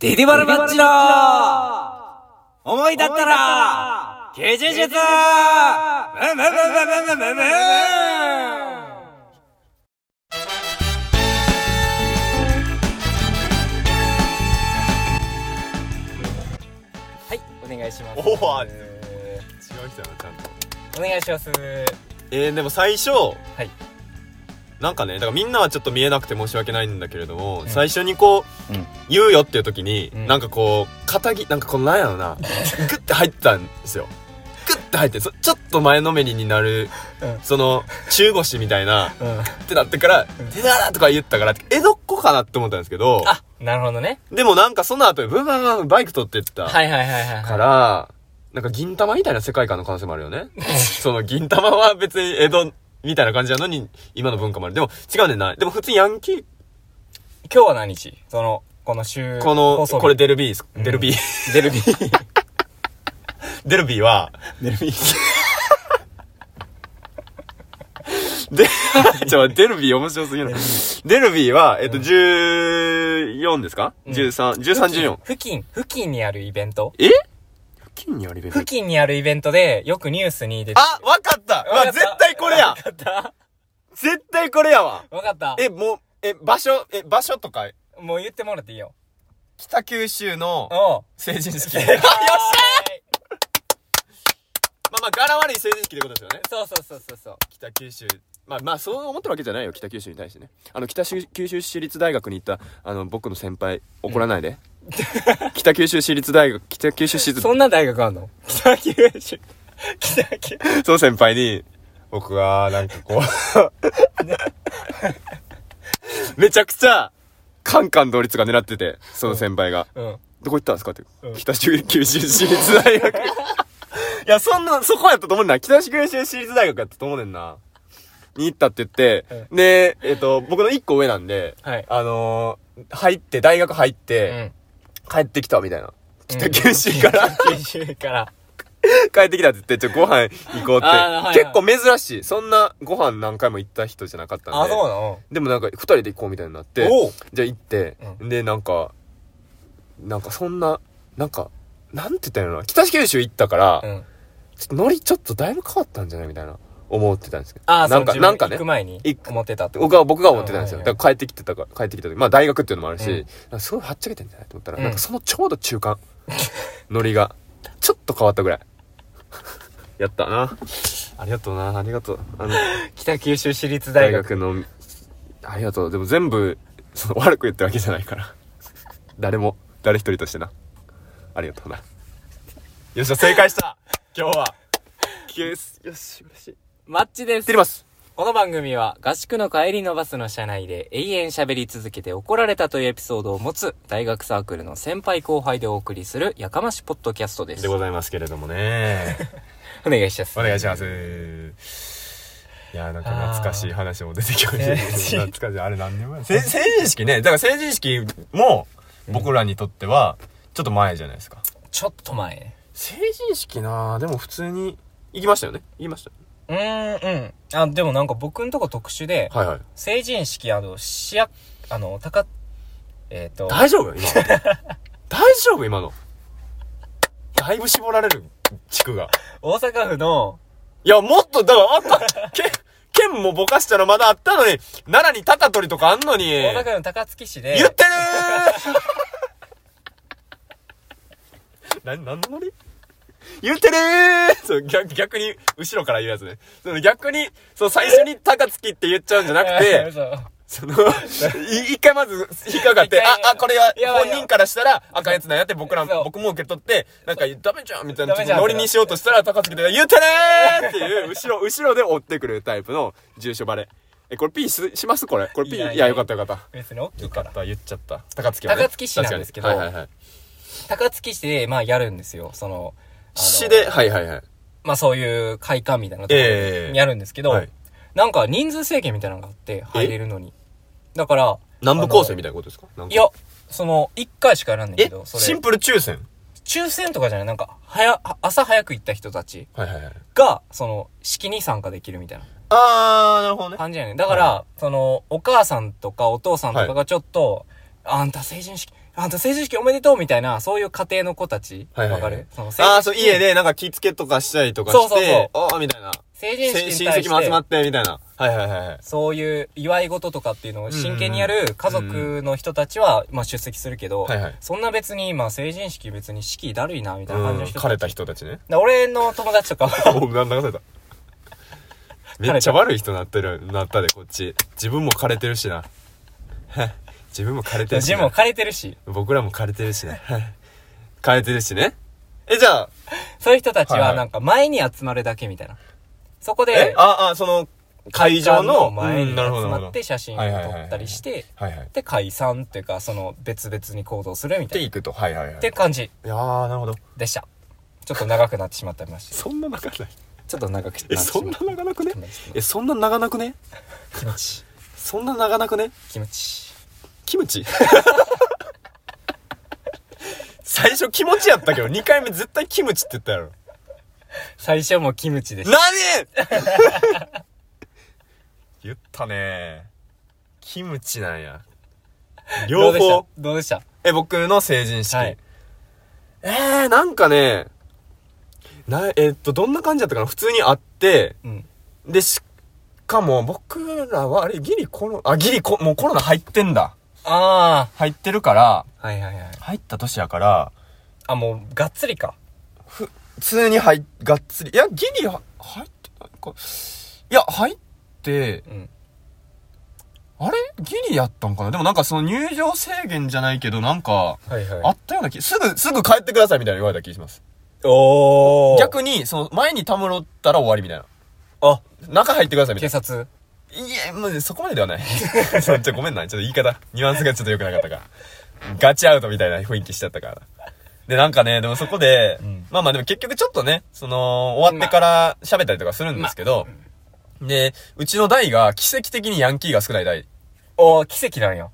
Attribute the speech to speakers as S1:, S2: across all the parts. S1: デデバルマッチの思いだったら芸術術ブンブンブンブンブンブンブンブンはい、お願いします。
S2: おわ、違う人やなちゃん
S1: お
S2: と
S1: 願いします。
S2: えー、でも最初、
S1: はい
S2: なんかねだからみんなはちょっと見えなくて申し訳ないんだけれども、
S1: ん
S2: 最初にこう、
S1: うん
S2: 言うよっていう時に、
S1: うん
S2: なんかこう肩ぎなんかこのなんや ろなグッて入ったんですよグッて入ってそちょっと前のめりになる、
S1: うん
S2: その中腰みたいな
S1: う
S2: ってなってから「手だら!」とか言ったから江戸っ子かなって思ったんですけど
S1: ん。なるほどね。
S2: でもなんかその後ブンブンブンブンバイク取ってった、
S1: はいはいはいはい。
S2: から、なんか銀玉みたいな世界観の可能性もある よね。その銀玉は別に江戸みたいな感じなのに、今の文化もある。でも違うねんな。でも普通にヤンキー、
S1: 今日は何日その、この週、
S2: この、これ、デルビーです、
S1: うん
S2: デルビー、
S1: デルビー。
S2: デルビーは、
S1: デルビー。
S2: で、 ちょ、デルビー面白すぎる。デルビーは、えっと、14ですか、
S1: うん
S2: ?13、13、14。
S1: 付近、付近にあるイベント
S2: え付近にありべ
S1: 付近にあるイベントで、よくニュースに出て、
S2: あ、わかった
S1: わ
S2: わ
S1: かった
S2: 絶対これや
S1: わかった
S2: 絶対これやわ
S1: わかった。
S2: え、もう、え、場所、え、場所とか、
S1: もう言ってもらっていいよ。
S2: 北九州の
S1: おう。
S2: 成人 式。
S1: ゃ
S2: まあまあ、柄悪い成人式ってことですよね。
S1: そうそうそうそうそう。
S2: 北九州。まあまあ、そう思ってるわけじゃないよ、北九州に対してね。あの、北九州市立大学に行った、あの、僕の先輩、怒らないで。北九州市立大学、北九州市立、
S1: そ
S2: そ
S1: んな大学あんの北九州。北九州。
S2: の先輩に、僕は、なんかこう、 めちゃくちゃ、カンカン同率が狙ってて、その先輩が。
S1: うん。
S2: どこ行ったんですかって、
S1: うん
S2: 北九州市立大学 いやそんなそこやったと思うねんな北九州市立大学やったと思うねんなに行ったって言って、でえっ、と僕の一個上なんで、
S1: はい
S2: あのー、入って大学入っ
S1: う
S2: て、
S1: ん。
S2: 帰ってきたみたいな北九州から、
S1: 北九州から。
S2: 帰ってきたって言ってちょご飯行こうって、
S1: あーはいはい
S2: 結構珍しいそんなご飯何回も行った人じゃなかったんで
S1: あ、そうなの
S2: でもなんか二人で行こうみたいになって
S1: おう
S2: じゃあ行って、でなんかなんかそんななんかなんて言ったらいいのかな北九州行ったから、
S1: うん。
S2: ちょっとノリちょっとだいぶ変わったんじゃないみたいな思ってたんですけど
S1: あ、
S2: な
S1: そ
S2: ん
S1: うか、
S2: か
S1: 自
S2: な
S1: 分
S2: んか
S1: 行
S2: ね
S1: く前に
S2: 行く
S1: 思ってたってこと。
S2: 僕は僕が思ってたんですよ、
S1: うん
S2: だから帰ってきてたから帰ってきた時まあ大学っていうのもあるし、
S1: うん
S2: なんかすごいはっちゃけてんじゃないと思ったら、
S1: うん
S2: なんかそのちょうど中間ノリがちょっと変わったぐらいやったなありがとうなありがとうあの
S1: 北九州市立大
S2: 大
S1: 学。
S2: 学のありがとうでも全部 その悪く言ってるわけじゃないから誰も誰一人としてなありがとうなよっしゃ正解した今日はよしよしよし
S1: マッチです
S2: 出。てます
S1: この番組は合宿の帰りのバスの車内で永遠喋り続けて怒られたというエピソードを持つ大学サークルの先輩後輩でお送りするやかましポッドキャストです。お
S2: ざいますけれどもね
S1: 願いします。
S2: 願いします いやなんか懐かしい話も出てきま
S1: あー
S2: した懐かしいあれ何年前せ成人式ねだから成人式も僕らにとってはちょっと前じゃないですか
S1: ちょっと前。
S2: 成人式なあでも普通に行きましたよね行きました
S1: うーん、うん。あ、でもなんか僕んとこ特殊で、
S2: はいはい
S1: 成人式、あの、市役、あの、たか、えっ、と、
S2: 大丈夫今の大丈夫今のだいぶ絞られる地区が
S1: 大阪府の、
S2: いやもっとだからあったけ県もぼかしたのまだあったのに奈良に高取とかあんのに
S1: 大阪
S2: 言ってる
S1: 府の高槻市で、
S2: ーな 何のノリ言ってるーそう逆逆に後ろから言うやつねその逆にそう最初に高槻って言っちゃうんじゃなく て
S1: そう
S2: その、い一回まず引っかかって、
S1: 一回
S2: あ、あ、これは
S1: やばい
S2: 本人からしたら赤いやつなんやって僕ら、
S1: そう
S2: 僕も受け取って、なんかダメじゃんみたいな
S1: ダメじゃん
S2: ノリにしようとしたら高槻で言うてねーっていう、後ろ、後ろで追ってくるタイプの住所バレ。え、これ P すしますこれ。これ P?
S1: い
S2: い
S1: や
S2: や
S1: いや
S2: よかったよかった。
S1: 別に大きい
S2: よか
S1: から
S2: っ。た、言っちゃった。高槻はね。
S1: 高槻市なんですけど
S2: 確かにはいはいはい。
S1: 高槻市で、まあ、やるんですよ。その、あの
S2: 市で、はいはいはい。
S1: まあそういう会館みたいなところ
S2: え
S1: に
S2: え
S1: やるんですけど、
S2: はい
S1: なんか人数制限みたいなのがあって、入れるのに。だから、
S2: 南部構成みたいなことですかなんか
S1: いや、その、一回しかやらんねんけ
S2: え
S1: ど、、そ
S2: シ
S1: れ
S2: ン、プル抽選
S1: 抽選とかじゃない、なんか、はや、は朝早く行った人たち
S2: はいはいはい。
S1: が、その、式に参加できるみたいな
S2: あー、なるほどね。
S1: 感じやねん。だから、その、お母さんとかお父さんとかがちょっと、あんた成人式、あんた成人式おめでとうみたいな、そういう家庭の子たち。わ、
S2: はいはいはい
S1: かるその成
S2: ああ、そう、家でなんか着付けとかしたりとかして、
S1: そうそうそう
S2: ああ、みたいな。
S1: 成人
S2: せ
S1: 式に
S2: 親
S1: 対して
S2: 戚も集まって、みたいな。はいはいはいはい。
S1: そういう祝い事とかっていうのを真剣にや
S2: うんうんう
S1: る
S2: ん
S1: 家族の人たちは、まあ出席するけど、
S2: はいはい
S1: そんな別に、まあ成人式別に式だるいな、みたいな感じ
S2: うん、
S1: の人
S2: 枯
S1: た
S2: れ
S1: ち。
S2: た人たちね。
S1: だ俺の友達とかは、
S2: お、なんだ かれた。めっちゃ悪い人なってる、なったで、こっち。自分も枯れてるしな。 自分も枯れてるし
S1: 字
S2: な。
S1: も枯れてるし、
S2: 僕らも枯れてるしね。 枯れてるしね。え、じゃあ、
S1: そういう人たち
S2: はい
S1: は
S2: はい
S1: なんか前に集まるだけみたいな。そこ
S2: え
S1: で、
S2: あ、あ、その、会場の、
S1: 前に
S2: うん
S1: 集
S2: なるほどな
S1: ま
S2: るほ
S1: っ
S2: ど
S1: て写真を撮ったりして、
S2: はいはい。
S1: で解散っていうか、その別々に行動するみたい
S2: で、
S1: な。
S2: 行くと。はいはいはい。
S1: って感じ
S2: いやー、なるほど。
S1: でした。ちょっと長くなってしまってました。
S2: そんな長な い。
S1: ちょっと長くなって
S2: え、
S1: し
S2: そん
S1: まっ
S2: な
S1: た。
S2: 長なくね
S1: ごめんなさい
S2: え、そんな長なくね
S1: 気持ちいい。
S2: そんな長なくね
S1: 気持ちいい。
S2: キムチ 最初気持ちやったけど、2回目絶対キムチって言ったやろ。
S1: 最初もキムチでした。
S2: 何 言ったねキムチなんや。
S1: ど
S2: 両
S1: うでした
S2: 方。
S1: どうでした
S2: え、僕の成人式。
S1: はい
S2: えー、なんかね、な、えっと、どんな感じだったかな普通に会って、
S1: うん。
S2: で、しかも僕らは、あれ、ギリコロ、あ、ギリコ、もうコロナ入ってんだ。
S1: あ
S2: 入ってるから、
S1: あ。はいはいはい。
S2: 入った年やから、
S1: あ、もう、がっつりか。
S2: 普通に入っ、がっつり、いや、ギリは入ってないか。いや、入って、
S1: うん。
S2: あれギリやったんかなでもなんかその入場制限じゃないけど、なんか、
S1: はいはい。
S2: あったような気、すぐ、すぐ帰ってくださいみたいな言われた気します。
S1: おー。
S2: 逆に、その、前にたむろったら終わりみたいな。
S1: あ、
S2: 中入ってくださいみ
S1: 警
S2: たい
S1: 察。
S2: な。いや、もうそこまでではない。 そうちょ、ごめんな。ちょっと言い方、ニュアンスがちょっと良くなかったから。ガチアウトみたいな雰囲気しちゃったから。で、なんかね、でもそこで、
S1: うん
S2: まあまあでも結局ちょっとね、その、終わってから喋ったりとかするんですけど、で、うちの代が奇跡的にヤンキーが少ない代。い
S1: おー、奇跡なんや。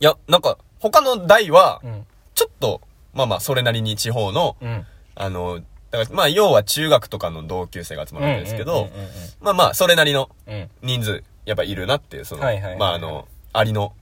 S2: や、なんか、他の代は
S1: う、ん。
S2: ちょっと、まあまあ、それなりに地方の、
S1: うん。
S2: あの、だからまあ、要は中学とかの同級生が集まるんですけど、
S1: うんうんうん
S2: まあまあ、それなりの
S1: うんうん。
S2: 人数、やっぱいるなっていう、その、
S1: はいはいはい
S2: まああの、アリの、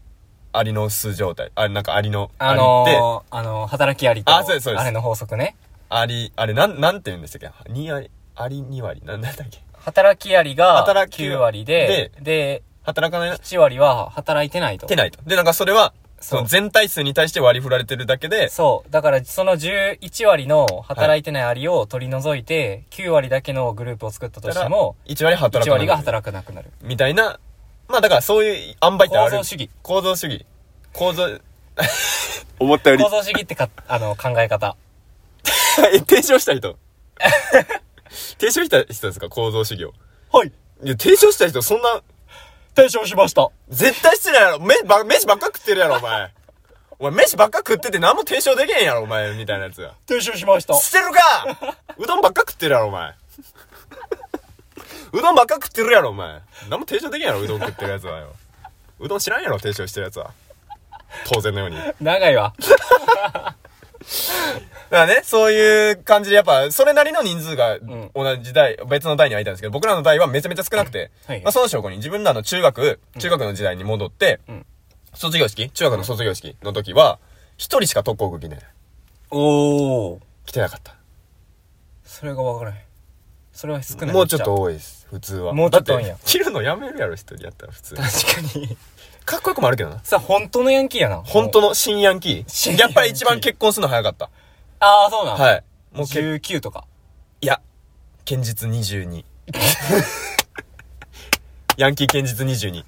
S2: アリの巣状態。あ、なんかアリの、
S1: あのー、あのー、働きありと。
S2: あそうですそうです
S1: あれの法則ね。
S2: アリって、アリ、あれ、なん、なんて言うんでしたっけ二割、アリ2割、なんだったっけ
S1: 働きありが
S2: 働き
S1: 9割で、で、
S2: 働かない、
S1: 1割は働いてないと
S2: て。ないと。で、なんかそれは、
S1: そう
S2: その全体数に対して割り振られてるだけで、
S1: そう。だから、その11割の働いてないアリを取り除いて、9割だけのグループを作ったとしても、
S2: 1割働
S1: 1
S2: かな
S1: 割
S2: い。
S1: が働かなくなる。
S2: みたいな、まあだからそういう塩梅って
S1: 構
S2: ある。
S1: 造主義。
S2: 構造主義。構造、思ったよ
S1: 構造主義ってか、あの、考え方。
S2: え、 提唱した人 提唱した人ですか構造主義を。
S1: はい。
S2: いや、提唱した人、そんな、
S1: 提唱しました。
S2: 絶対してないやろ。め、ば、飯ばっか食ってるやろ、お前。お前、飯ばっか食ってて何も提唱できへんやろ、お前、みたいなやつが。
S1: 提唱しました
S2: してるかうどんばっか食ってるやろ、お前。うどんばっか食ってるやろ、お前。何も提唱できへんやろ、うどん食ってるやつはよ。うどん知らんやろ、提唱してるやつは。当然のように。だか
S1: 長いわ。
S2: らね、そういう感じで、やっぱ、それなりの人数が
S1: ん
S2: 同じ代、別の代にはいたんですけど、僕らの代はめちゃめちゃ少なくて、
S1: はい
S2: まあ、その証拠に自分らの中学、中学の時代に戻って、
S1: うん
S2: 卒業式、中学の卒業式の時は、一人しか特攻区にね、
S1: おー。
S2: 来てなかった。
S1: それがわからへん。それは少ない。
S2: もうちょっと。多いです、普通は。
S1: もうちょっと多いんや
S2: だて切るのやめるやろ、一人やったら普通。
S1: 確かに。
S2: かっこよくもあるけどな。
S1: さ、本当のヤンキーやな。
S2: 本当の新ヤンキ
S1: 新
S2: ー。
S1: ヤンキー
S2: やっぱり一番結婚するの早かった。
S1: ああ、そうなん。
S2: はい。も
S1: もう
S2: うけ、
S1: 19とか。
S2: いや、堅実22。ヤンキー堅実22。20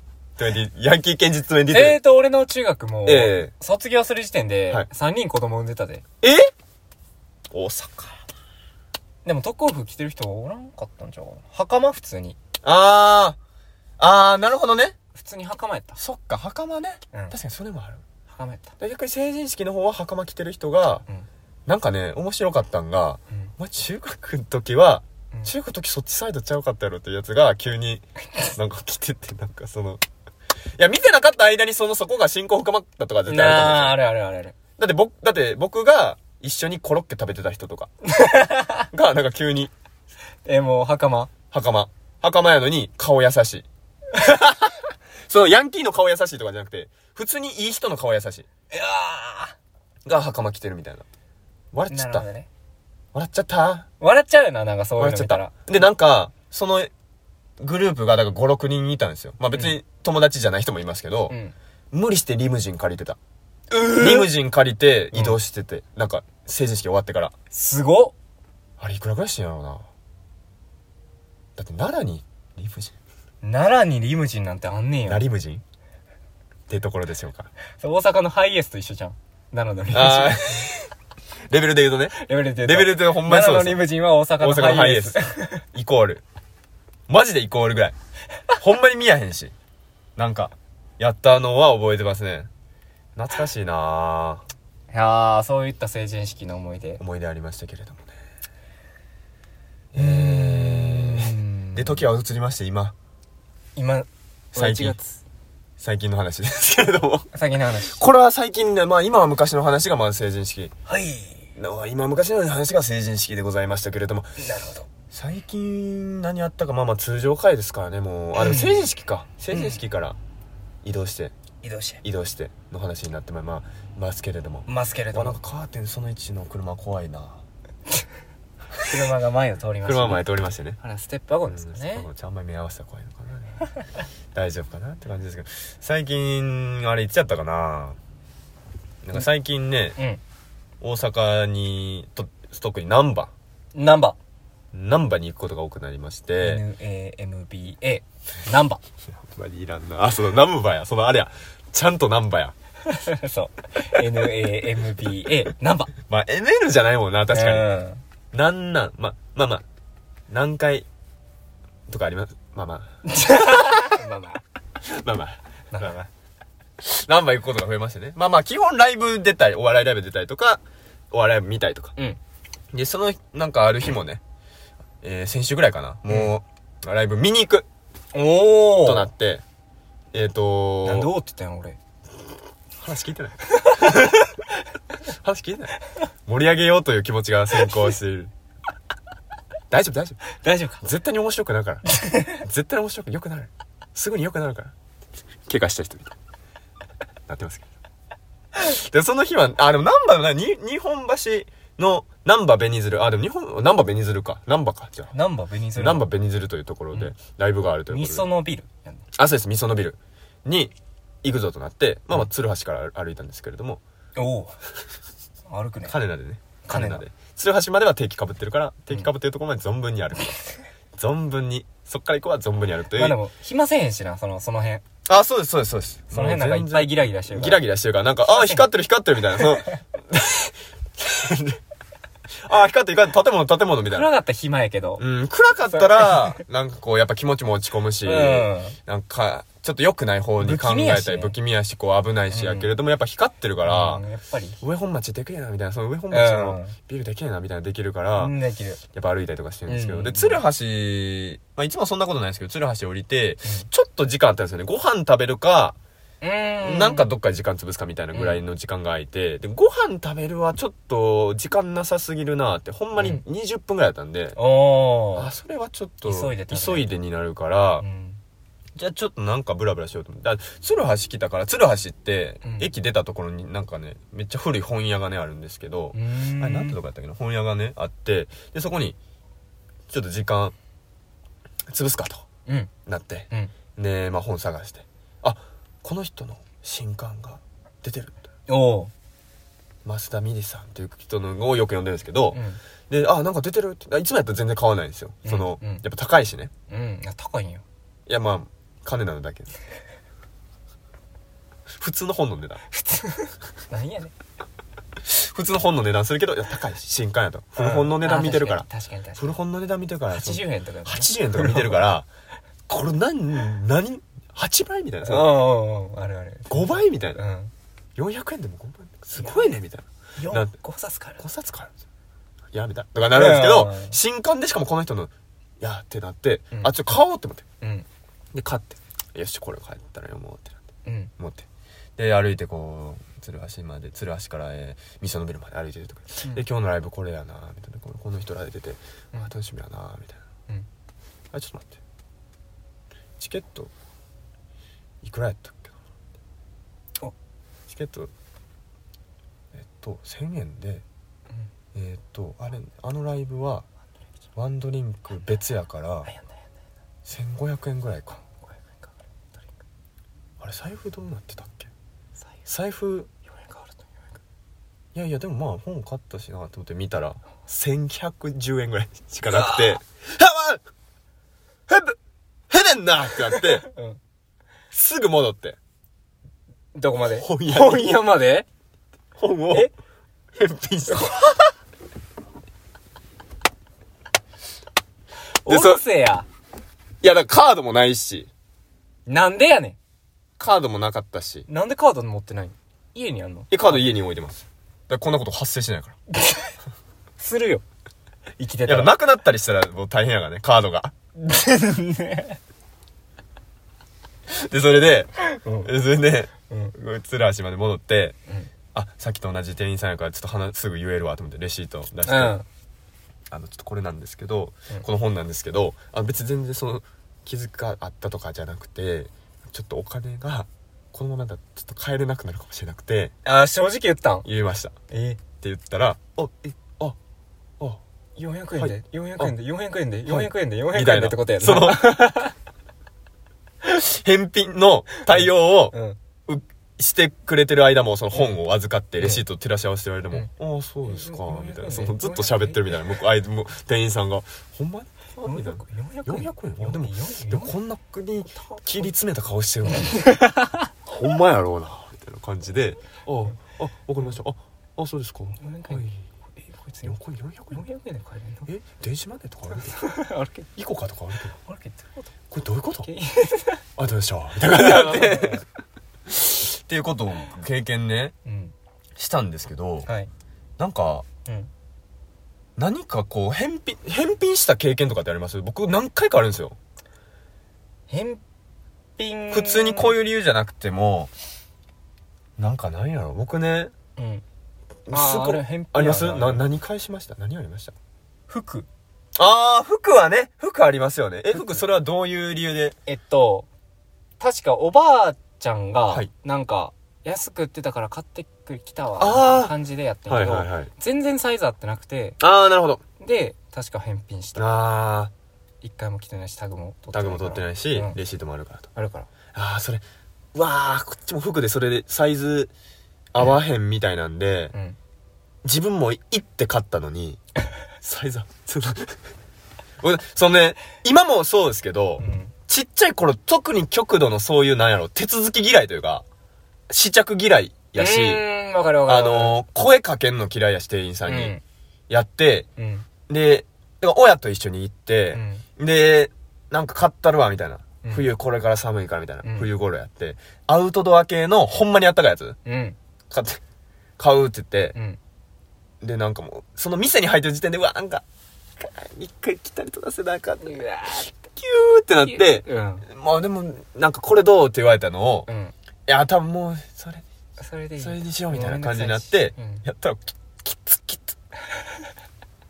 S2: ヤンキー堅実22。
S1: えーと、俺の中学も、
S2: ええ
S1: 卒業する時点で
S2: はい、
S1: 3人子供産んでたで。
S2: え大阪。
S1: でも、特攻服着てる人はおらんかったんちゃうかな袴普通に。
S2: あー。あー、なるほどね。
S1: 普通に袴やった。
S2: そっか、袴ね。
S1: うん
S2: 確かにそれもある。
S1: 袴やった。
S2: で逆に成人式の方は袴着てる人が、
S1: うん。
S2: なんかね、面白かったんが、
S1: うん
S2: お前中学の時は、
S1: うん
S2: 中学の時そっちサイドちゃうかったやろっていうやつが急になんか来てて、なんかその、いや、見てなかった間にその、そこが進行深まったとか絶対
S1: なあ、
S2: あ
S1: あ
S2: る
S1: れあれあれあれ。
S2: と思うんですよ。だって僕、だって僕が一緒にコロッケ食べてた 人とかが、なんか急に
S1: えー、もう、袴。
S2: 袴。袴やのに顔優しい。 そのヤンキーの顔優しいとかじゃなくて、普通にいい人の顔優しい。
S1: いや
S2: が袴着てるみたいな笑っ
S1: な
S2: ちゃっ
S1: る
S2: た、
S1: ほどね。
S2: 笑っちゃった
S1: 笑っちゃうよな、なんかそういう
S2: 笑
S1: の
S2: っちゃ
S1: 見
S2: ったた
S1: ら。
S2: でなんかそのグループがだから56人いたんですよまあ別
S1: う
S2: に友達じゃない人もいますけど
S1: う、ん。
S2: 無理してリムジン借りてた、リムジン借りて移動してて、なんか成人式終わってから
S1: すごっ
S2: あれいくらぐらいしてんやろうなだって奈良にリムジ
S1: 奈良にリムジンなんてあんねん
S2: ン
S1: よ。
S2: なリムジンってところでしょうか
S1: そう大阪のハイエースと一緒じゃん。奈良のリムジン。
S2: あー レベルで言うとね
S1: レベルで言うと
S2: レベルでほんまに
S1: 奈
S2: そう
S1: 良
S2: で
S1: の
S2: す
S1: リムジンは大阪
S2: 大
S1: の
S2: 阪の
S1: ハ
S2: ハ
S1: イ
S2: イ
S1: エ
S2: エ
S1: ー
S2: ー
S1: ス。
S2: スイコールマジでイコールぐらい ほんまに見やへんしなんかやったのは覚えてますね懐かしいなぁ
S1: いやー、そういった成人式の思い出。
S2: 思い出ありましたけれどもねえーで時は移りまして今
S1: 今、
S2: 最近
S1: 1月。
S2: 最近の話ですけれども
S1: 先の話。
S2: これは最近でまあ今は昔の話がまあ成人式
S1: はい。
S2: の今昔の話が成人式でございましたけれども
S1: なるほど。
S2: 最近何あったかまあまあ通常回ですからねもうあでも成人式か成人式から移動して
S1: 移動して
S2: 移動しての話になってままあますけれども
S1: ますけれど
S2: あなん
S1: も
S2: か、カーテンその1の車怖いな
S1: 車が前を通りました、ね。
S2: 車前通りましてね
S1: あら、ステップワゴンです
S2: う
S1: か
S2: ん
S1: ね。
S2: ちょっとあんまり目合わせたら怖い のかな大丈夫かなって感じですけど最近あれ行っちゃったかななんか最近ね
S1: うん。
S2: 大阪にと特に難波
S1: ナンバ
S2: 難波に行くことが多くなりまして、
S1: ー。NAMBA。ナンバ
S2: あんまりいらんなあその難波やそのあれやちゃんと難波や
S1: ー。 そう。NAMBA。ナンバー。
S2: まあ NL じゃないもんな確かに、
S1: に。
S2: なんなん、ま、まあまあ、何回とかありますまあまあ、
S1: まあまあ。
S2: まあまあ、まあまあ。何杯行くことが増えましてね。まあまあ、基本ライブ出たり、お笑いライブ出たりとか、お笑い見たりとか。
S1: うん。
S2: で、その、なんかある日もね、えー、先週ぐらいかな。もう、ライブ見に行く
S1: お
S2: となって、えっ、ー、と
S1: なんでおーって言ったんや俺。
S2: 話聞いて ない話聞いてない盛り上げようという気持ちが先行している。大丈夫、大丈夫。
S1: 大丈夫か
S2: 絶対に面白くなるから絶対に面白く良くなるすぐに良くなるから怪我した人みたいなってますけどでその日はあでも難波のなに日本橋の難波ベニズルあでも日本難波ベニズルか難波かじゃあ
S1: ナンバーベニズル。
S2: 難波ベニズルというところ
S1: う
S2: で
S1: ん
S2: ライブがあるという
S1: 味
S2: ことで、
S1: 噌のビルやんね。
S2: あそうです味噌のビルに行くぞとなって、まあまあ鶴橋から歩いたんですけれども
S1: おお。歩くね。
S2: 金田でね
S1: 金
S2: 金
S1: 田
S2: 田で鶴橋までは定期かぶってるから定期かぶってるところまで存分 に歩く、存分にそっから行こうは存分に歩くという、
S1: まあでも、暇せえへんしな、その、その辺。
S2: あ、そうです、そうです、そうです。
S1: その辺なんかいっぱいギラギラしてるから。
S2: ギラギラしてるから、なんか、あー、光ってる、光ってる、みたい な。そのあー、光ってる、光ってる、建物、建物、みたい
S1: 暗
S2: な。
S1: かったら暇やけど。
S2: うん、暗かったら、なんかこう、やっぱ気持ちも落ち込むし、
S1: うん
S2: なんか、ちょっと良くない方に考えたり、
S1: 不
S2: 不
S1: 気
S2: 気味やし、こう、危ないし、やけれども、やっぱ光ってるから
S1: うん、やっぱり。
S2: 上本町でけえな、みたいな、その上本町
S1: う
S2: の
S1: ん
S2: ビルでけえな、みたいな、できるから、
S1: みんなできる。
S2: やっぱ歩いたりとかしてるんですけど、
S1: うん
S2: で、鶴橋、まあ、いつもそんなことないですけど、鶴橋降りて、ちょっと時間あったんですよね。ご飯食べるか、
S1: うーん。
S2: なんか、どっかで時間潰すかみたいなぐらいの時間が空いて、で、ご飯食べるはちょっと時間なさすぎるなって、ほんまに20分ぐらいだったんで、
S1: お
S2: あ、
S1: ー。
S2: それはちょっと、
S1: 急いで食べない
S2: 急いでになるから、
S1: うん。
S2: じゃあちょっとなんかブラブラしようと思って、だ鶴橋来たから、鶴橋って
S1: うん、
S2: 駅出たところになんかね、めっちゃ古い本屋がね、あるんですけど、
S1: うーん。
S2: あれなんてとこやったっけな、本屋がね、あって、で、そこに、ちょっと時間、潰すかと
S1: うん。
S2: なって、
S1: うん。
S2: で、まあ、本探してあこの人の新刊が出てる
S1: おー。
S2: 増田美里さんっていう人のをよく読んでるんですけど、
S1: うん。
S2: であなんか出てるってあいつもやったら全然買わないんですよ、
S1: うん
S2: その
S1: うん
S2: やっぱ高いしね
S1: うん。いや高いんよ。
S2: いやまあ金なのだけど 普通の本の値段
S1: 何やねん。
S2: 普通の本の値段するけどいや高いし新刊やと古本の値段見てるから
S1: あー確かに確かに
S2: 古本の値段見てるからその
S1: 確かに。80円とかやったね。
S2: 80円とか見てるからこれ何何8倍みたいな
S1: うん
S2: さ
S1: うんうん。あるある。。
S2: 5倍みたいうなん400円でも5倍すごいねみたいなな
S1: 4
S2: んて、
S1: 5冊から。
S2: 5冊買うんですよやめたとかなるんですけど
S1: いやいや
S2: 新刊でしかもこの人のいやってなって、
S1: うん
S2: あちょっと買おうって思って
S1: うん。
S2: で買ってよしこれ買ったら読もうってなっ
S1: う
S2: て
S1: ん。
S2: 思ってで歩いてこう鶴橋まで鶴橋から、えー、味噌のビルまで歩いてるとか、
S1: うん
S2: で今日のライブこれやなみたいなこのこの人ら出てて、
S1: うん
S2: あ楽しみやなみたいな
S1: うん。
S2: あちょっと待ってチケットいくらやったっけな
S1: お
S2: チケットえっとと1000円でえーっとあれあのライブはワンドリンク別やから
S1: あやんだやんだ
S2: 1500円ぐらいか
S1: 500円かかるドリンク
S2: あれ財布どうなってたっけ
S1: 左右
S2: 財布
S1: 4円かかると4円か
S2: いやいやでもまあ本買ったしなと思って見たら1110円ぐらいしかなくて「はわへぶへでんな!」ってなって
S1: かるうん
S2: すぐ戻って
S1: どこまで
S2: 本屋に
S1: 本屋まで
S2: 本を
S1: え
S2: 返品 した
S1: お
S2: でそ
S1: ろせや
S2: いやだからカードもないし
S1: なんでやね
S2: カードもなかったし
S1: んなんでカード持ってないの家にあんの
S2: えカード家に置いてますだからこんなこと発生しないから
S1: するよ生きて
S2: や
S1: た
S2: っぱ
S1: ら
S2: なくなったりしたらもう大変やからねカードがでそれで
S1: うん
S2: でそれで
S1: うん
S2: 鶴橋まで戻って、
S1: ん
S2: あさっきと同じ店員さんやからちょっと話すぐ言えるわと思ってレシート出して、
S1: うん
S2: あのちょっとこれなんですけど、
S1: うん
S2: この本なんですけどあ別に全然その気づかあったとかじゃなくてちょっとお金がこのままだとちょっと帰れなくなるかもしれなくて
S1: あー正直言ったん
S2: 言いましたっ
S1: え
S2: て言ったら「あえああ
S1: 400円
S2: は
S1: で
S2: い
S1: 400円で400円で
S2: はい
S1: 400円で
S2: み
S1: 400
S2: た
S1: 円で
S2: いな。
S1: ってことやな
S2: その、 返品の対応を
S1: うん
S2: うしてくれてる間も、その本を預かって、レシートを照らし合わせてる間も、ああ、そうですか
S1: うん、
S2: みた
S1: う
S2: い
S1: ん
S2: な。そのずっと喋ってるみたいな。僕、あいもう店員さんが、ほんまにみたいな。
S1: 400
S2: 400円でも、
S1: 400
S2: でもこんなに切り詰めた顔してる のほんまやろうな、みたいな感じで、ああ、あ、わかりました。あ、あ、そうですか。
S1: 400
S2: はい
S1: 円。えこいつ
S2: いやこれ400
S1: 400
S2: 円
S1: 円で買え
S2: え、電子マネーとかあるけど、
S1: るのあれけ
S2: イコカとかあるけど、
S1: あれけってこと
S2: これどういうこと
S1: 経営
S2: あ、どうでしょうみたいな感じになって。っていうことを経験ね、
S1: うん
S2: したんですけど、
S1: はい
S2: なんか、
S1: うん
S2: 何かこう、返品、返品した経験とかってあります僕何回かあるんですよ。
S1: 返品
S2: 普通にこう
S1: い
S2: いう理由じゃなくても、なんかなんやろ僕ね、
S1: う、うん、あー
S2: す
S1: あ
S2: ご
S1: れ
S2: い
S1: 返品
S2: あります
S1: やな
S2: な、何返しました何ありました
S1: 服
S2: あー、服はね、服ありますよね。え、服それはどういう理由で
S1: えっと確かおばあちゃんが
S2: はい
S1: なんか安く売ってたから買ってくきたわ
S2: あー
S1: みたいな感じでやってんけど、
S2: はい。
S1: 全然サイズ合ってなくて
S2: あー、なるほど。
S1: で確か返品した
S2: あ
S1: 一回も着てないしタグも取って
S2: ー、
S1: な
S2: タ
S1: い
S2: グも取ってないし
S1: うん、
S2: レシートもあるからと。
S1: あるから
S2: ああそれうわあこっちも服でそれでサイズ合わへんみたいなんで、
S1: うん
S2: 自分もいって買ったのにサイズ合わその僕そのね今もそうですけど、
S1: うん
S2: ちっちゃい頃特に極度のそういうなんやろ手続き嫌いというか試着嫌いやし、
S1: うーんわかるわか
S2: あ
S1: る
S2: のー声かけんの嫌いやし店員さんに、
S1: うん
S2: やって
S1: うん
S2: でだから親と一緒に行って、
S1: うん
S2: で、なんか買ったるわ、みたいな。
S1: うん
S2: 冬これから寒いからみたいな、
S1: うん
S2: 冬頃やって、アウトドア系のほんまにあったかいやつ
S1: うん
S2: 買って、買うって言って
S1: う、ん
S2: で、なんかもう、その店に入ってる時点で、うわ、なんか、一回来たりとかせなあかんねんキュ
S1: わ
S2: ーってなって、
S1: うん
S2: まあでも、なんかこれどうって言われたのを、
S1: う
S2: い
S1: ん
S2: や、多分もう、それ、
S1: それでいい
S2: それにしようみたいな感じになって
S1: うん、
S2: やったら、ききつきつ。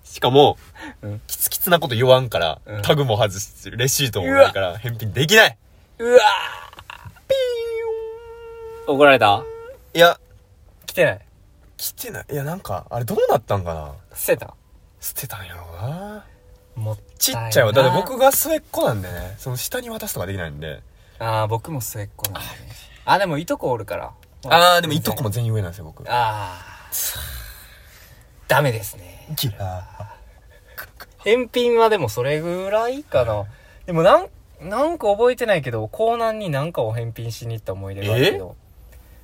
S2: しかも、
S1: うん
S2: きつきつなこと言わんから
S1: うん、
S2: タグも外し、レシートもないから、返品できないう
S1: わー怒られた
S2: いや、
S1: 来てない
S2: 来てない。いや、なんか、あれどうなったんかな
S1: 捨てた
S2: 捨てたんやろうな。
S1: もっ
S2: ち
S1: た
S2: っ
S1: な
S2: ちゃいわ。だって僕が末っ子なんでね、その下に渡すとかできないんで。
S1: ああ僕も末っ子なんでねあでもいとこおるから
S2: あー、でもいとこも全員上なんですよ、僕。
S1: ああダメですね
S2: キラ
S1: 返品はでもそれぐらいかなでもなんなんか覚えてないけど江南に何かを返品しに行った思い出があるけど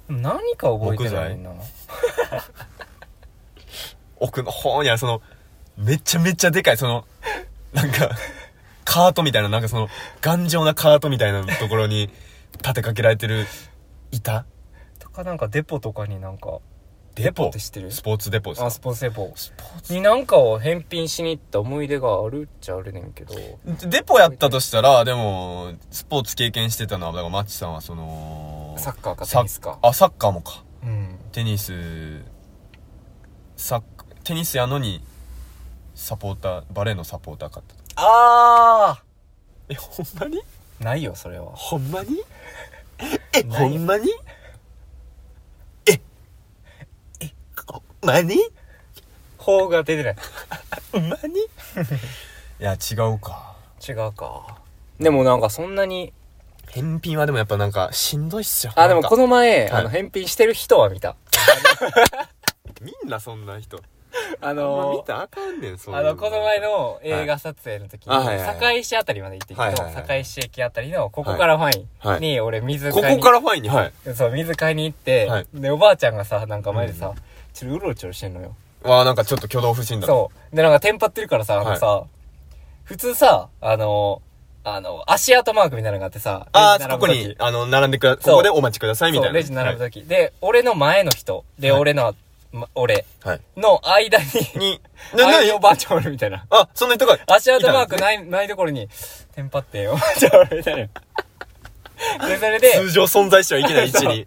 S1: でも何か覚えてないな
S2: 奥の方にはその、めちゃめちゃでかい、その、なんか、カートみたいな、なんかその、頑丈なカートみたいなところに立てかけられてる板
S1: とかなんかデポとかになんか
S2: デポ
S1: って知ってる
S2: スポーツデポです
S1: あ
S2: か
S1: スポンセポ
S2: スポーツ
S1: になんかを返品しに行った思い出があるっちゃあるねんけど
S2: デポやったとしたら、でも、スポーツ経験してたのは、だからマッチさんはその、
S1: サッカーか
S2: サッ
S1: テニスか
S2: あ、サッカーもか。
S1: うん
S2: テニス、サッ、テニスやのに、サポーター、バレーのサポーター買ったと。
S1: あ
S2: え、ほんまに
S1: あないよそれは
S2: ほんまにえ、
S1: ない
S2: まにえ、え、何い
S1: 方が出てない。
S2: や、違うか。
S1: 違うか。でもなんかそんなに、
S2: 返品はでもやっぱなんか、しんどいっすよ。
S1: あ、でもこ
S2: の、
S1: の前、
S2: はい
S1: あの、返品してる人は見た。
S3: みんなそんな人
S1: あ
S3: あんま
S1: の
S3: 見たらあかんねんそんな
S1: あの、この前の映画撮影の時に、
S3: はいあはいはい
S1: 堺市あたりまで行ってきて、
S3: はいはいはい
S1: 堺市駅あたりの、ここからファインに、俺水
S3: こ
S1: 買い
S3: こ
S1: に、
S3: からファインにはい
S1: そう、水買いに行って、
S3: はい
S1: で、おばあちゃんがさ、なんか前でさ、ちょっとうろちょろしてんのよ。
S3: わあなんかちょっと挙動不審だ
S1: そう。で、なんかテンパってるからさ、あのさ、普通さ、あの、あの、足跡マークみたいなのがあってさ、レ
S2: あ
S1: ジ
S2: ー、
S1: 並
S2: こ
S1: ぶ
S2: こ
S1: 時
S2: に、あの、並んでくだ、こ
S1: そう
S2: こでお待ちくださいみ
S1: そ
S2: たいな。
S1: う、レジ並ぶ
S2: はい
S1: 時、で、俺の前の人、で、
S2: はい
S1: 俺の、ま俺
S2: はい。
S1: の間に、
S2: に、 な、
S1: 間にお
S2: な、
S1: ばあちゃんおるみたいな。
S2: あ、その人が、
S1: 足跡マークない、ないところに、テンパって、 おばあちゃんおるみたいな。で、それで
S2: 通、常存在してはいけない位置に、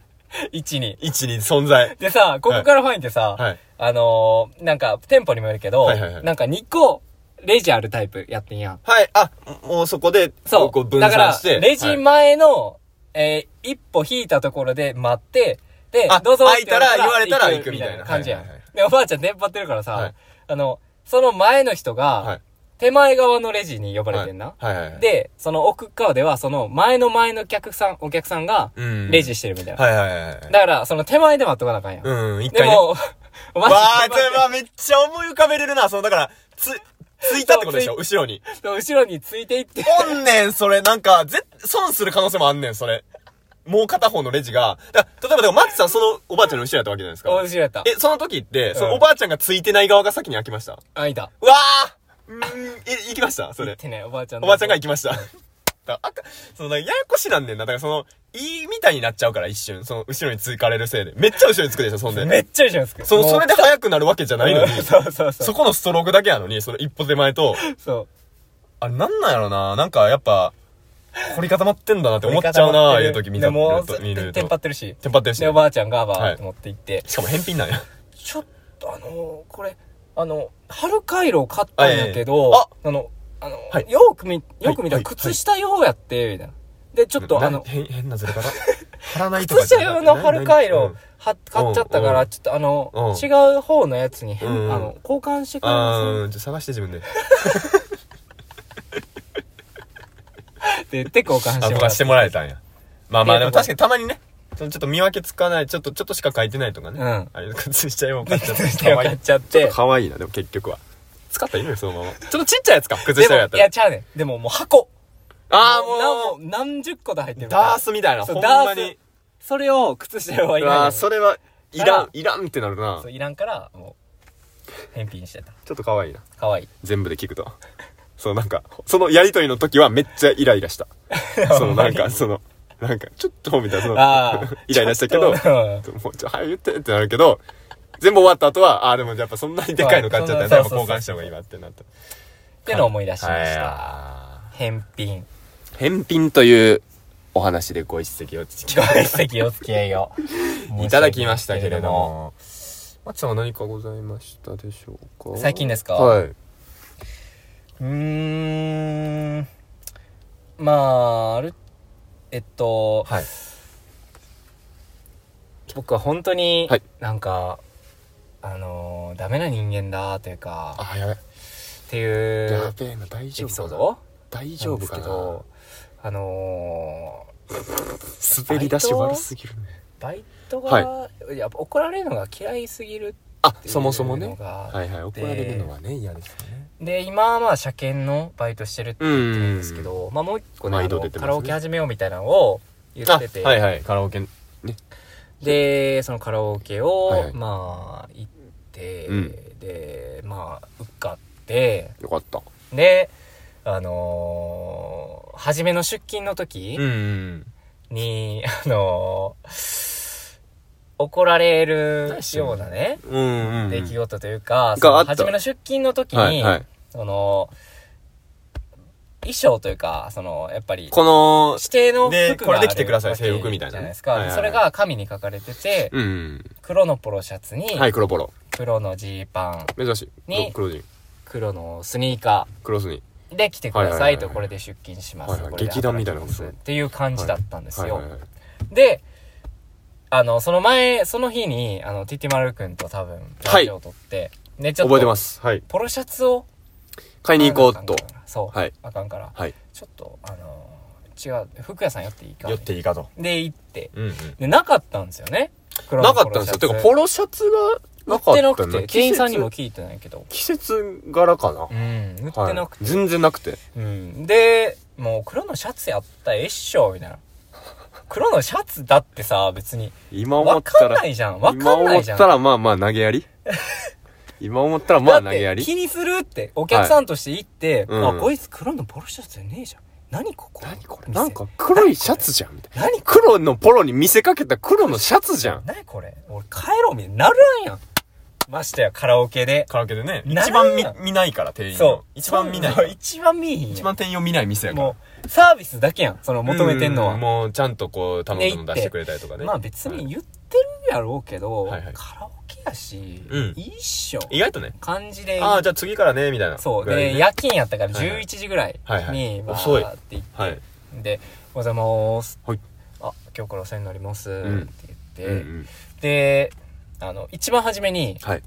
S1: 1、2。
S2: 位置に存在。
S1: でさ、ここからファインってさ、
S2: はい。
S1: あのー、なんか、店舗にもよるけど、
S2: はいはいはい
S1: なんか2個、レジあるタイプやってんやん。
S2: はい、あ、もうそこで、
S1: そ
S2: こう
S1: う。
S2: 分
S1: だから
S2: 散して。、
S1: レジ
S2: はい
S1: 前の、えー一歩引いたところで待って、で
S2: あ、
S1: どうぞって
S2: 開いたら言われたら行くみたいな
S1: 感じやん
S2: はいはいは。
S1: で、おばあちゃん電波ってるから
S2: は
S1: さ
S2: い、
S1: あの、その前の人
S2: はい
S1: が、手前側のレジに呼ばれてんな。
S2: はいはいはい。、
S1: で、その奥側では、その前の前のお客さん、お客さんが、
S2: うん。
S1: レジしてるみたいな。
S2: はいはいはいはい。
S1: だから、その手前で待っとかなあかんやん。
S2: うん、一
S1: で
S2: 回ね。
S1: も、おば
S2: わ
S1: あ
S2: あ、
S1: ち
S2: それはめっちゃ思い浮かべれるな。その、だから、つ、ついたってことでしょ
S1: そ
S2: 後ろに。
S1: ゃん、後ろについていって、
S2: おんねん、それ。なんか、ぜ、損する可能性もあんねん、それ。もう片方のレジが。だ例えば、だから、マッチさん、そのおばあちゃんの後ろやったわけじゃないです
S1: お
S2: か。
S1: 後ろやった。
S2: え、その時って、そ
S1: うん
S2: のおばあちゃんがついてない側が先に開きました。わ
S1: あ、いた。
S2: あうーん、え、行きました
S1: 行
S2: そ
S1: っ
S2: れ。
S1: てね、おばあちゃん
S2: お
S1: の。
S2: ばあちゃんが行きました。 だからあかその、だからややこしなんねんな。だから、その、いいみたいになっちゃうから、一瞬。その、後ろにつかれるせいで。めっちゃ後ろにつくでしょ、そんで。
S1: めっちゃ後ろにつく。
S2: その、
S1: もう
S2: それで速くなるわけじゃないのに。
S1: そうそうそう。
S2: そこのストロークだけやのに、その一歩手前と、
S1: そう。
S2: あれなんなんやろななんかやっぱ、凝り固まってんだなって思っちゃうなああいう時見た
S1: でもう
S2: 見ると、見る
S1: テンパ
S2: と。
S1: ってるし。
S2: テンパってるし
S1: で、
S2: ね。
S1: おばあちゃんがバ
S2: は
S1: ー
S2: い
S1: って持って行って、
S2: しかも返品なんや。
S1: ちょっとあのーこれ、あの、春回路買ったんやけど、
S2: あ
S1: あの、あの、
S2: はい
S1: よく見、よく見たら
S2: はいはい
S1: 靴下用やって、みたいな。で、ちょっと
S2: な
S1: あの、
S2: 変、変なずれ方。貼らないとか。
S1: 靴下用の春回路
S2: うん
S1: は買っちゃったか
S2: う
S1: ら、
S2: ん
S1: ちょっとあの
S2: うん、
S1: 違う方のやつに変、
S2: うん
S1: あの、交換してくれ
S2: あ
S1: ま
S2: ー、ちょっと探して自分で。
S1: すって言って交換しても
S2: あ、と
S1: ら
S2: か
S1: っ
S2: したてもらえたんや。まあまあ、
S1: っていう
S2: でも
S1: とこ
S2: 確かにたまにね、そのちょっと見分けつかない、ちょっと、ちょっとしか書いてないとかね。
S1: うん
S2: あれ、靴下用買っちゃった。
S1: 靴下用買っちゃっ
S3: ちょってと。可愛いなでも結局は
S2: 使ったらいいのよ、そのまま。ちょっとちっちゃいやつか、靴
S1: で
S2: 下
S1: も、
S2: 用やった
S1: いや、
S2: ら。
S1: ちゃうねん。でももう箱。
S2: あ
S1: もう
S2: ー、も
S1: 何本何十個と入ってる
S2: う、
S1: から
S2: ダースみたいな、
S1: そう
S2: ほんま
S1: ダース
S2: に。
S1: それを靴下用はいうらない
S3: わ
S1: の
S3: ーそれはいら
S1: あ
S3: んいらんってなるな
S1: そういらんからもう返品してた
S3: ちょっと可愛いな
S1: かわいい
S3: 全部で聞くとそうなんかそのやりとりの時はめっちゃイライラした そのなんかそのなんかちょっとみたいなその
S1: あ ー
S3: イライラしたけど
S1: ち ょっと
S3: もうちょ早く言ってってなるけど全部終わった後はああでもやっぱそんなにでかいの買っちゃったらやっ
S1: そうそ
S3: ぱ
S1: うそう
S3: 交換した方がいいわってなった
S1: ってのを思い出しました、
S2: は
S1: 返品
S3: 返品というお話でご一席を
S1: ご席お付き合いを
S2: い。いただきましたけれど
S1: 申し
S2: も。マッチさんは何かございましたでしょうか
S1: 最近ですか
S3: はいう
S1: ーんまああるえっと、
S2: はい。
S1: 僕は本当に
S3: はい
S1: なんか、あのーダメな人間だというか
S3: あーやべ
S1: っていう
S3: や
S1: エ
S3: べえな大丈
S1: ピソー
S3: 夫かな
S1: ド
S3: 大
S1: な
S3: 丈
S1: んで
S3: 夫
S1: す
S3: か
S1: け
S3: な
S1: どあのー、
S3: 滑り出し悪すぎるね
S1: バイトが、
S3: は
S1: やっぱ怒られるのが嫌いすぎる
S3: あ
S1: っていう
S3: そもそも
S1: の
S3: ね
S1: が
S3: はいはい怒られるのはね嫌ですよね
S1: で今はまあ車検のバイトしてるって
S3: う
S1: 言ってるんですけど、まあ、もう一個ねあ
S3: 毎度
S1: の
S3: 出てますね
S1: カラオケ始めようみたいなのを言ってて、
S2: あはいはい、カラオケ。
S1: でそのカラオケを、
S3: はいはい
S1: まあ行って、
S3: うん
S1: でまあ受かって
S3: よかった
S1: であのー初めの出勤の時
S2: うんうん。
S1: に、あのー怒られるようなね
S2: うんうん。
S1: 出来事というか、
S3: ん
S1: その
S3: があった
S1: 初めの出勤の時に、
S3: はいはい
S1: その衣装というかそのやっぱり
S2: この、
S1: 指定の服があ
S2: で
S1: る
S2: これで来てください
S1: わけ
S2: 制服みたいなね
S1: じゃないですか、
S2: はいはいはい
S1: それが紙に書かれてて、
S3: うん
S1: 黒のポロシャツに、
S3: はい黒ボロ
S1: 黒のジーパン
S3: 珍しい
S1: に
S3: 黒黒人
S1: 黒のスニーカ
S3: クロスに
S1: ーで来てくださいと、
S3: はいはいはいはい
S1: これで出勤します、
S3: はいはい
S1: これで
S3: 劇団みたいな
S1: 働き
S3: こ
S1: ます
S3: とですね
S1: っていう感じだったんですよ、
S3: はいはいはい
S1: であの、その前、その日に、あの、ティティマル君と多分、
S2: はい
S1: ラジオを撮って、ね、ちょっと、
S2: 覚えてます。はい。
S1: ポロシャツを、
S2: 買いに行こう
S1: あ。か
S2: と
S1: んからそう。
S2: はい
S1: あかんから。
S2: はい。
S1: ちょっと、あのー違う、服屋さん寄っていいか
S4: 寄っていいかと。
S1: で、行って。
S4: うんうん。
S1: で、なかったんですよね。黒
S2: な
S1: の
S2: か
S1: ポ
S2: った
S1: ロ
S2: んで
S1: シャ
S2: す
S1: ツ
S2: よ。てか、ポロシャツがなか
S1: 売って
S2: っ
S1: な
S2: たよ
S1: くて、
S2: ね。
S1: 店員さんにも
S2: 季節
S1: 聞いてないけど。
S2: 季節柄かな
S1: う。ん、売っ
S2: はい
S1: てなくて。
S2: 全然なくて。
S1: うん。で、もう黒のシャツやったらええっしょ、みたいな。黒のシャツだってさ、別に。
S2: 今思
S1: わ
S2: った
S1: かん
S2: ら
S1: な、いじゃん。わかんないじゃん。
S2: 今思ったらまあまあ投げ やり今思ったらまあ投
S1: だっ
S2: げや
S1: て気
S2: り
S1: にするって、お客さんとして行って、
S2: はいうん
S1: あ、こいつ黒のポロシャツじゃねえじゃん。何ここ
S2: 何これ
S1: 店
S2: なんか黒いシャツじゃんみたいな
S1: 何こ
S2: 黒のポロに見せかけた黒のシャツじゃん
S1: 何これ俺帰ろうみたいになるんやん。ましてや、カラオケで。
S4: カラオケでね、
S1: な
S4: 一
S1: らん
S4: 番
S1: や
S4: 見
S1: ん、
S4: 見ないから、店員
S1: そ
S4: の
S1: う。。
S4: 一番見な
S1: そう
S4: い。
S1: 一番見いひんやん。
S4: 一番店員を見ない店やから。
S1: もう、サービスだけやん。その求めてんの
S4: う
S1: は。
S4: もう、ちゃんとこう、頼んでも出してくれたりとかね。
S1: まあ別
S4: は
S1: に
S4: い。
S1: 言ってるやろうけど、
S4: はいはい
S1: カラオケやし、
S4: うん
S1: いいっしょ。
S4: 意外とね。
S1: 感じで。
S4: ああ、じゃあ次からね、みたいな。
S1: そう。
S4: ぐらい
S1: で、夜勤やったから
S4: はいは
S1: 11
S4: い
S1: 時ぐらい
S4: はいは
S1: に
S4: い、
S1: わ
S4: 遅い
S1: ーって言って
S4: はい。
S1: で「おはようございます」
S2: はい
S1: あ今日からお世話になります」
S2: ん
S1: って言
S2: う
S1: って、
S2: ん
S1: であの一番初めに、
S2: はい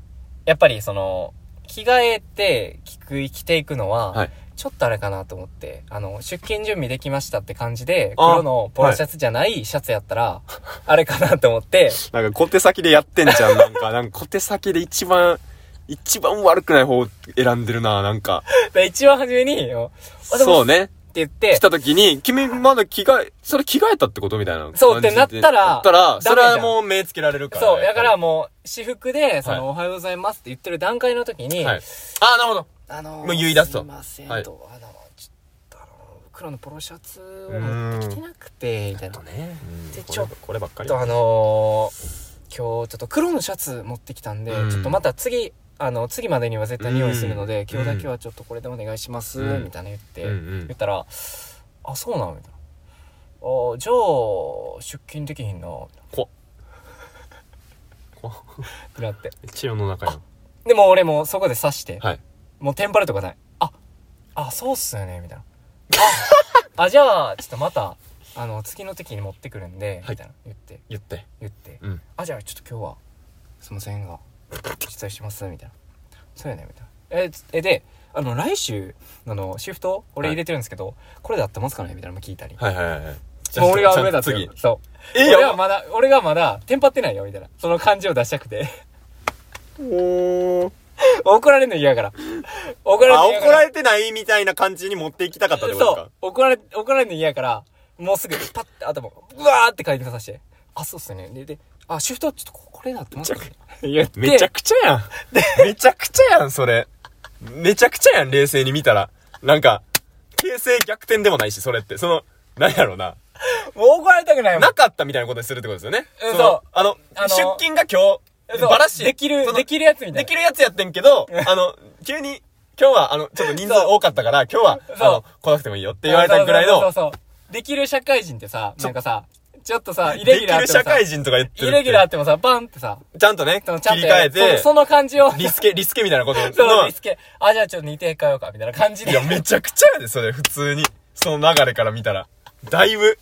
S1: やっぱりその着替えて着く着ていくのは、
S2: はい
S1: ちょっとあれかなと思ってあの出勤準備できましたって感じで
S4: あ
S1: 黒のポロシャツじゃないシャツやったら、あれかなと思 って
S2: なんか小手先でやってんじ ゃんなんかなんか小手先で一番一番悪くない方を選んでるななんか
S1: で一番初めに「おはようございます
S2: そうね
S1: って言って
S2: 来た時に君まだ着替えそれ着替えたってことみたいな
S1: そうってなったら
S2: なったら
S1: ダ
S2: そ
S1: メ
S2: れ
S1: じゃん
S2: はもう目つけられるから
S1: そうだから
S2: は
S1: もう私服で「その
S4: はい
S1: おはようございます」って言ってる段階の時に、
S4: いああ、なるほど。
S1: あの
S4: もう言い出すと
S1: すいませんと、
S4: はい
S1: あのちょっとあの黒のポロシャツを持ってきてなくてみたいな
S2: ね
S1: で
S4: これ
S1: ちょっ
S4: こればっかり
S1: とあの今日ちょっと黒のシャツ持ってきたんで、
S4: うん
S1: ちょっとまた次あの次までには絶対匂いするので、
S4: うん
S1: 今日だけはちょっとこれでお願いします、
S4: うん
S1: みたいな言って、
S4: うんうん
S1: 言ったら「あそうなの?」みたいな「あじゃあ出勤できひんな」っ
S4: ここ
S1: てなって
S4: 一応の中に
S1: でも俺もそこで刺して、
S4: はい
S1: もうテンパるとかない。あ、あ、そうっすよね、みたいな。 あ、あじゃあ、ちょっとまた、あの、月の時に持ってくるんで、
S4: はい
S1: みたいな。言って、
S4: 言って
S1: 言って。
S4: うん
S1: あ、じゃあ、ちょっと今日は、すいませんが、失礼します、みたいな。そうやね、みたいな。え、つえ、で、あの、来週、あの、シフト、俺
S4: はい
S1: 入れてるんですけど、これで合ってますかねみたいなのも聞いたり。
S4: はいはいはいはいじゃあ
S1: もう俺が上だって
S4: ちゃんと次
S1: そう。
S4: え
S1: 俺
S4: や
S1: はまだ、俺がまだ、テンパってないよ、みたいな。その感じを出したくて。
S2: おー
S1: 怒られるの嫌やから。怒られる
S4: あ
S1: の嫌やか
S4: 怒
S1: ら
S4: ら。れてないみたいな感じに持っていきたかったってことです
S1: そ
S4: か
S1: う。怒られ、怒られるの嫌やから、もうすぐ、パッて頭、うわーって書いてさせて。あ、そうっすよね。で、で、あ、シフト、ちょっとここれだって思って。言って。
S4: めちゃくちゃやんめちゃくちゃやんそれめちゃくちゃやん冷静に見たらなんか形勢逆転でもないしそれってそのなんやろうな
S1: もう怒られたくないもん。
S4: なかったみたいなことにするってことですよね
S1: う
S4: の
S1: んそう
S4: あの
S1: あの
S4: 出勤が今日
S1: そう
S4: バラし
S1: できる
S4: そ、の
S1: できるやつみたいな。
S4: できるやつやってんけど、あの、急に、今日は、あの、ちょっと人数多かったから、今日は、
S1: そう
S4: あの、来なくてもいいよって言われたぐらい
S1: そ
S4: の、
S1: うそうそうそう。できる社会人ってさ、なんかさ、ちょっとさ、イレ
S4: で
S1: ギ
S4: き
S1: ュラーあっ
S4: る
S1: ても
S4: 社
S1: さ、
S4: 会人とか言ってるって。
S1: イレギュラーあってもさ、バンってさ、
S4: ちゃんとね、
S1: そのちゃ
S4: 切
S1: ん
S4: り
S1: と
S4: 替えて
S1: そ、その感じを、
S4: リスケ、リスケみたいなことの、
S1: そう、リスケ、あ、じゃあちょっと似て変えようか、みたいな感じ
S4: い
S1: で、
S4: や、
S1: っ
S4: めちゃくちゃやで、それ、普通に。その流れから見たら。だいぶ。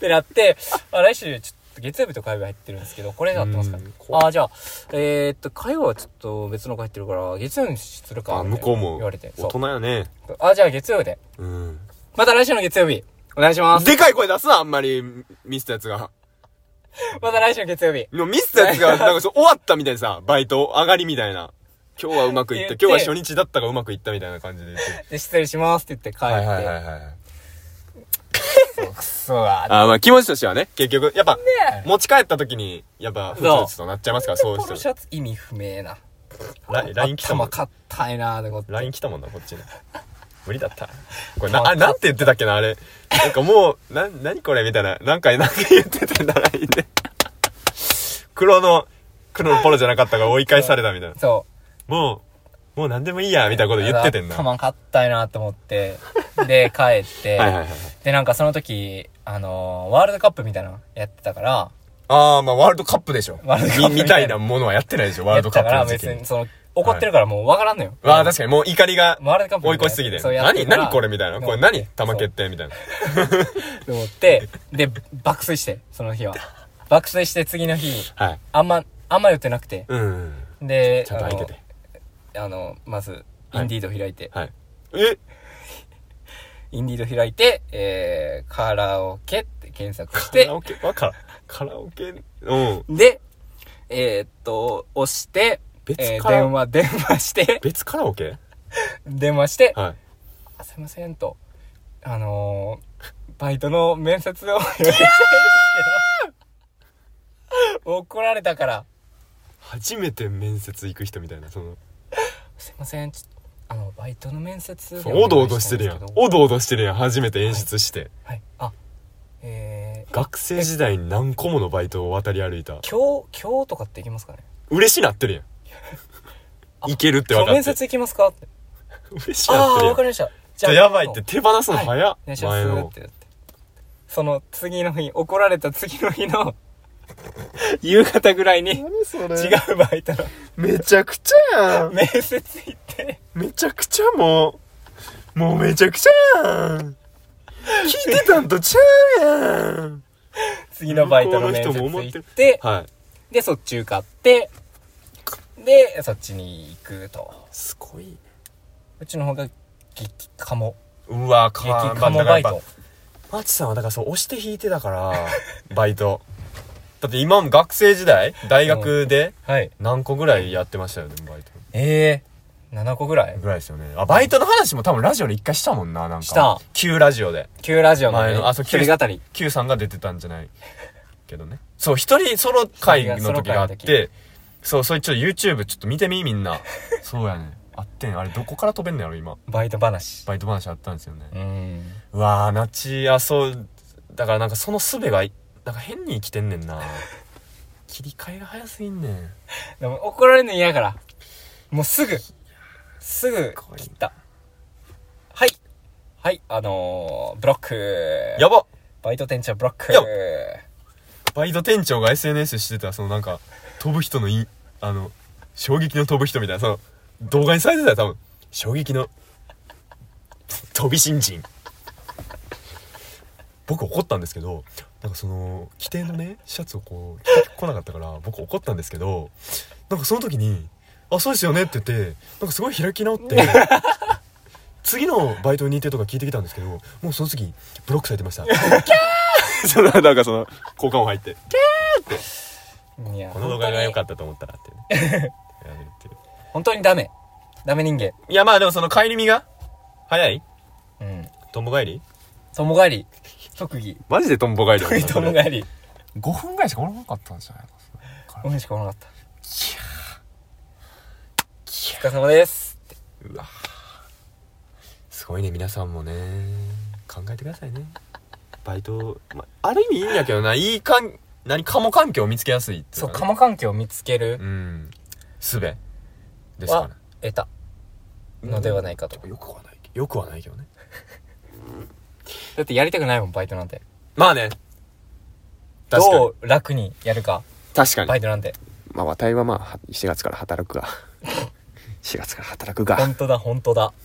S1: てなって、あ、来週、ちょっと月曜日と火曜日入ってるんですけど、これで合ってますか
S4: うんこ
S1: ああ、じゃあ、えー、っと、火曜はちょっと別の子入ってるから、月曜にするか。
S2: あ
S1: みた
S2: 向
S1: いな
S2: こうも
S1: 言われて。そ
S2: 大人やね
S1: う。あ、じゃあ月曜で。
S2: うん
S1: また来週の月曜日。お願いします。
S2: でかい声出すな、あんまり、ミスったやつが。
S1: また来週の月曜日。
S2: でもミスったやつ が、なんかそう終わったみたいなさ、バイト上がりみたいな。今日はうまくいった、
S1: 言って
S2: 今日は初日だったがうまくいったみたいな感じで言ってる。
S1: で、失礼しますって言って帰
S4: はいはいはい
S1: っ
S4: はい。
S1: て。くそわ。
S2: あーまあ気持ちとしてはね。
S4: 結局、やっぱ、持ち帰った時に、やっぱ、ふつふつとなっちゃいますから、そう
S1: ポ
S4: し
S1: ロ
S4: て
S1: シ。ャツ意味不明な。
S4: ライン LINE 来たもん
S1: 頭。硬いなーってこと。
S4: LINE 来たもんな、こっちに。無理だった。これな、あ、なんて言ってたっけな、あれ。なんかもう、な、なにこれみたいな。なんか、 なんか言ってたんだ、LINE で。黒の、黒のポロじゃなかったから追い返されたみたいな。
S1: そう。
S4: もう、もう何でもいいや、みたいなこと言っててんな。
S1: 頭硬いなって思 って。で、帰って。
S2: はいはいはい。
S1: で、なんかその時、あのー、ワールドカップみたいなのやってたから、
S4: あー、まあワールドカップでしょ。
S1: ワールドカップ
S4: みみたいなものはやってないでしょ、ワールドカップ
S1: や
S4: の
S1: った
S4: 時
S1: から別
S4: 期
S1: に、。その、怒ってるからもう分からんのよ。
S4: わあ、確かにもう怒りが
S1: ワールドカップ
S4: 追い越しすぎて。
S1: そうやって
S4: 何
S1: から
S4: 何これみたいな。これ何玉蹴ってみたいな。
S1: と思って、で、爆睡して、その日は。爆睡して次の日、
S2: はい
S1: あんま、あんま寄ってなくて。
S2: うん
S1: で、
S2: ちゃんと空いてて
S1: あの、あのまず、インディード開いて、
S2: はいえ
S1: インディード開いて、えー、カラオケって検索し
S2: カ
S1: て
S2: ラ、オケわからカラオケうん
S1: で、えーっと、押して、
S2: 別
S1: えー
S2: カラ
S1: 電話、電話して、
S2: 別カラオケ
S1: 電話して、
S2: はい
S1: あすいませんと、あのー、バイトの面接 を予約したいんですけど、怒られたから、
S2: 初めて面接行く人みたいなその
S1: すいません、ちょっと、あの、バイトの面接で
S2: おどおどしてるや
S1: お願いた
S2: ん
S1: いですけど
S2: おどおどしてるやん初めて演出して、
S1: はい、あ、え
S2: 学生時代に何個ものバイトを渡り歩い
S1: ー、
S2: た
S1: 今日、今日とかって行きますかね
S2: 嬉しなってるや
S1: あ
S2: んいけるって
S1: 今日
S2: 分かっ
S1: 面
S2: て
S1: 接行きますかって。
S2: 嬉しな
S1: ああ、
S2: ってるや
S1: わ
S2: ん
S1: かりました。
S2: じゃあやばいって手放すの早っ、
S1: お願いします
S2: 前
S1: って
S2: の
S1: 言って。その次の日、怒られた次の日の 夕方ぐらいに違
S2: 何それ
S1: うバイトの
S2: めちゃくちゃやん
S1: 面接行って、
S2: めちゃくちゃもうもうめちゃくちゃやん聞いてたんとちゃうやん
S1: 次のバイトの面接
S2: 向こうの人も思っ
S1: 行っ
S2: てる
S1: て、
S2: はい
S1: で、そっち受かって、で、そっちに行くと。
S2: すごいう
S1: ちの方が激カモ。
S2: うわ
S1: 激
S2: か
S1: カモバイト。
S2: マチさんはだからそう押して引いてたから バイトだって今も学生時代大学で
S1: はい。
S2: 何個ぐらいやってましたよねバイト
S1: ええー、7個ぐらい
S2: ぐらいですよねあバイトの話も多分ラジオで一回したもんななんか
S1: した
S2: 旧ラジオで
S1: ?9 ラジオの,、ね、
S2: 前のあそう
S1: 一人語り。
S2: Q さんが出てたんじゃないけどねそう一人ソロ会の時があ
S1: 一人がソロ
S2: っ
S1: 会
S2: てそうそれちょっと YouTube ちょっと見てみみんなそうやねあってんあれどこから飛べんのやろ今
S1: バイト話。
S2: バイト話あったんですよね
S1: うん。
S2: うわーナチあそうだからなんかその術がいなんか変に生きてんねんな切り替えが早すぎんね ん
S1: でも怒られるの嫌やから。もうすぐ。すぐ
S2: ごいな
S1: 切った。はい。はい、あのー、ブロック。
S2: やばっ
S1: バイト店長ブロック
S2: やっ。バイト店長が SNS してたそのなんか飛ぶ人のいあの衝撃の飛ぶ人みたいなその動画にされてたよ多分衝撃の飛び新人僕怒ったんですけどなんかその規定のねシャツをこう着てこなかったから僕怒ったんですけどなんかその時に「あそうですよね」って言ってなんかすごい開き直 って次のバイト認定とか聞いてきたんですけどもうその次ブロックされてましたキャー そのなんかその交換音入って
S1: いや、
S2: この動画が良かったと思ったらっていうねやめるっていう
S1: 本当にダメ。ダメ人間。
S2: いやまあでもその帰り身が早い
S1: うん。
S2: とんぼ帰り
S1: 友帰り。特技。
S5: マジでトンボ帰りだ
S1: 特技
S5: った
S1: 友帰り。
S2: 5分ぐらいしかおらなかったんじゃないか
S1: ごめんしかおらなかった。お疲れ様です。
S2: うわすごいね皆さんもね考えてくださいねバイト、まあ、ある意味いいんやけどないいかん何かも環境を見つけやすいってい
S1: そう、
S2: か
S1: カモ環境を見つける
S2: うんすべですか
S1: は
S2: ね
S1: 得たのではないかと。
S2: よくはないけどよくはないけどね
S1: だってやりたくないもん、バイトなんて。
S2: まあね確かに
S1: どう楽にやるか、
S5: 確かに
S1: バイトなんて。
S5: まあ、話題はまあ、は4月から働くが。4月から働くが。
S1: 本当だ、本当だ。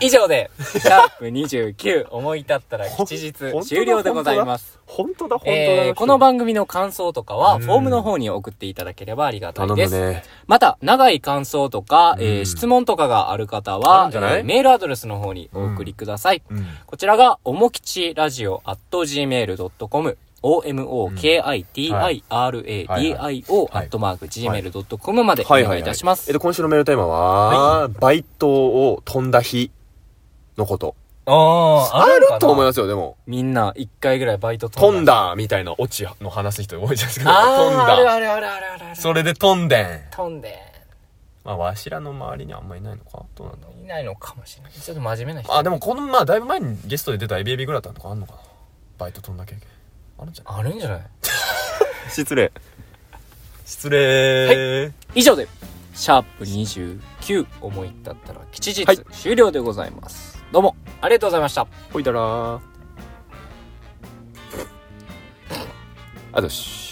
S1: 以上で、シャープ29、思い立ったら吉
S5: ほん
S1: 日終了でございます。
S5: 本当だ、本当だ。
S1: えー、この番組の感想とかは、
S2: うん
S1: フォームの方に送っていただければありがたい
S5: 頼
S1: で
S5: む
S1: す。
S5: ね。
S1: また、長い感想とか、え
S2: う
S1: ー、
S2: ん
S1: 質問とかがある方
S2: ある
S1: は
S2: ん、じゃない
S1: えーメールアドレスの方にお送りください。
S2: うん
S1: こちらが、おもきちラジオ at gmail.com、omokitiradio
S2: は
S1: ア
S2: い
S1: ットマーク gmail.com までお
S5: はいはい、は
S1: 願いいたします
S5: えっ。と、今週のメールテーマは、バイトを飛んだ日のこと。
S1: ああ、
S5: あると思い
S1: す。
S5: ますよ、でも。
S1: みんな、一回ぐらいバイト
S2: 飛ん
S1: だ。
S2: だみたいなオチの話す人多いじゃないですか。
S1: ああ、あ
S2: 飛ん
S1: る
S2: だ。
S1: あるあるあるあるある。
S2: それで飛んでん。
S1: 飛んで、
S2: まあ、わしらの周りにあんまいないのかどうなんだろう。
S1: いないのかもしれない。ちょっと真面目な人。
S2: あ、でもこの、まあ、だいぶ前にゲストで出たエビエビグラタンとかあんのかなバイト飛んだ経験。あるんじゃない
S1: あるんじゃない
S5: 失礼。
S2: 失礼、
S1: 以上で、シャープ29、思い立ったら吉日、
S5: はい
S1: 終了でございます。どうも、ありがとうございました。
S5: ほいだらー。あとし。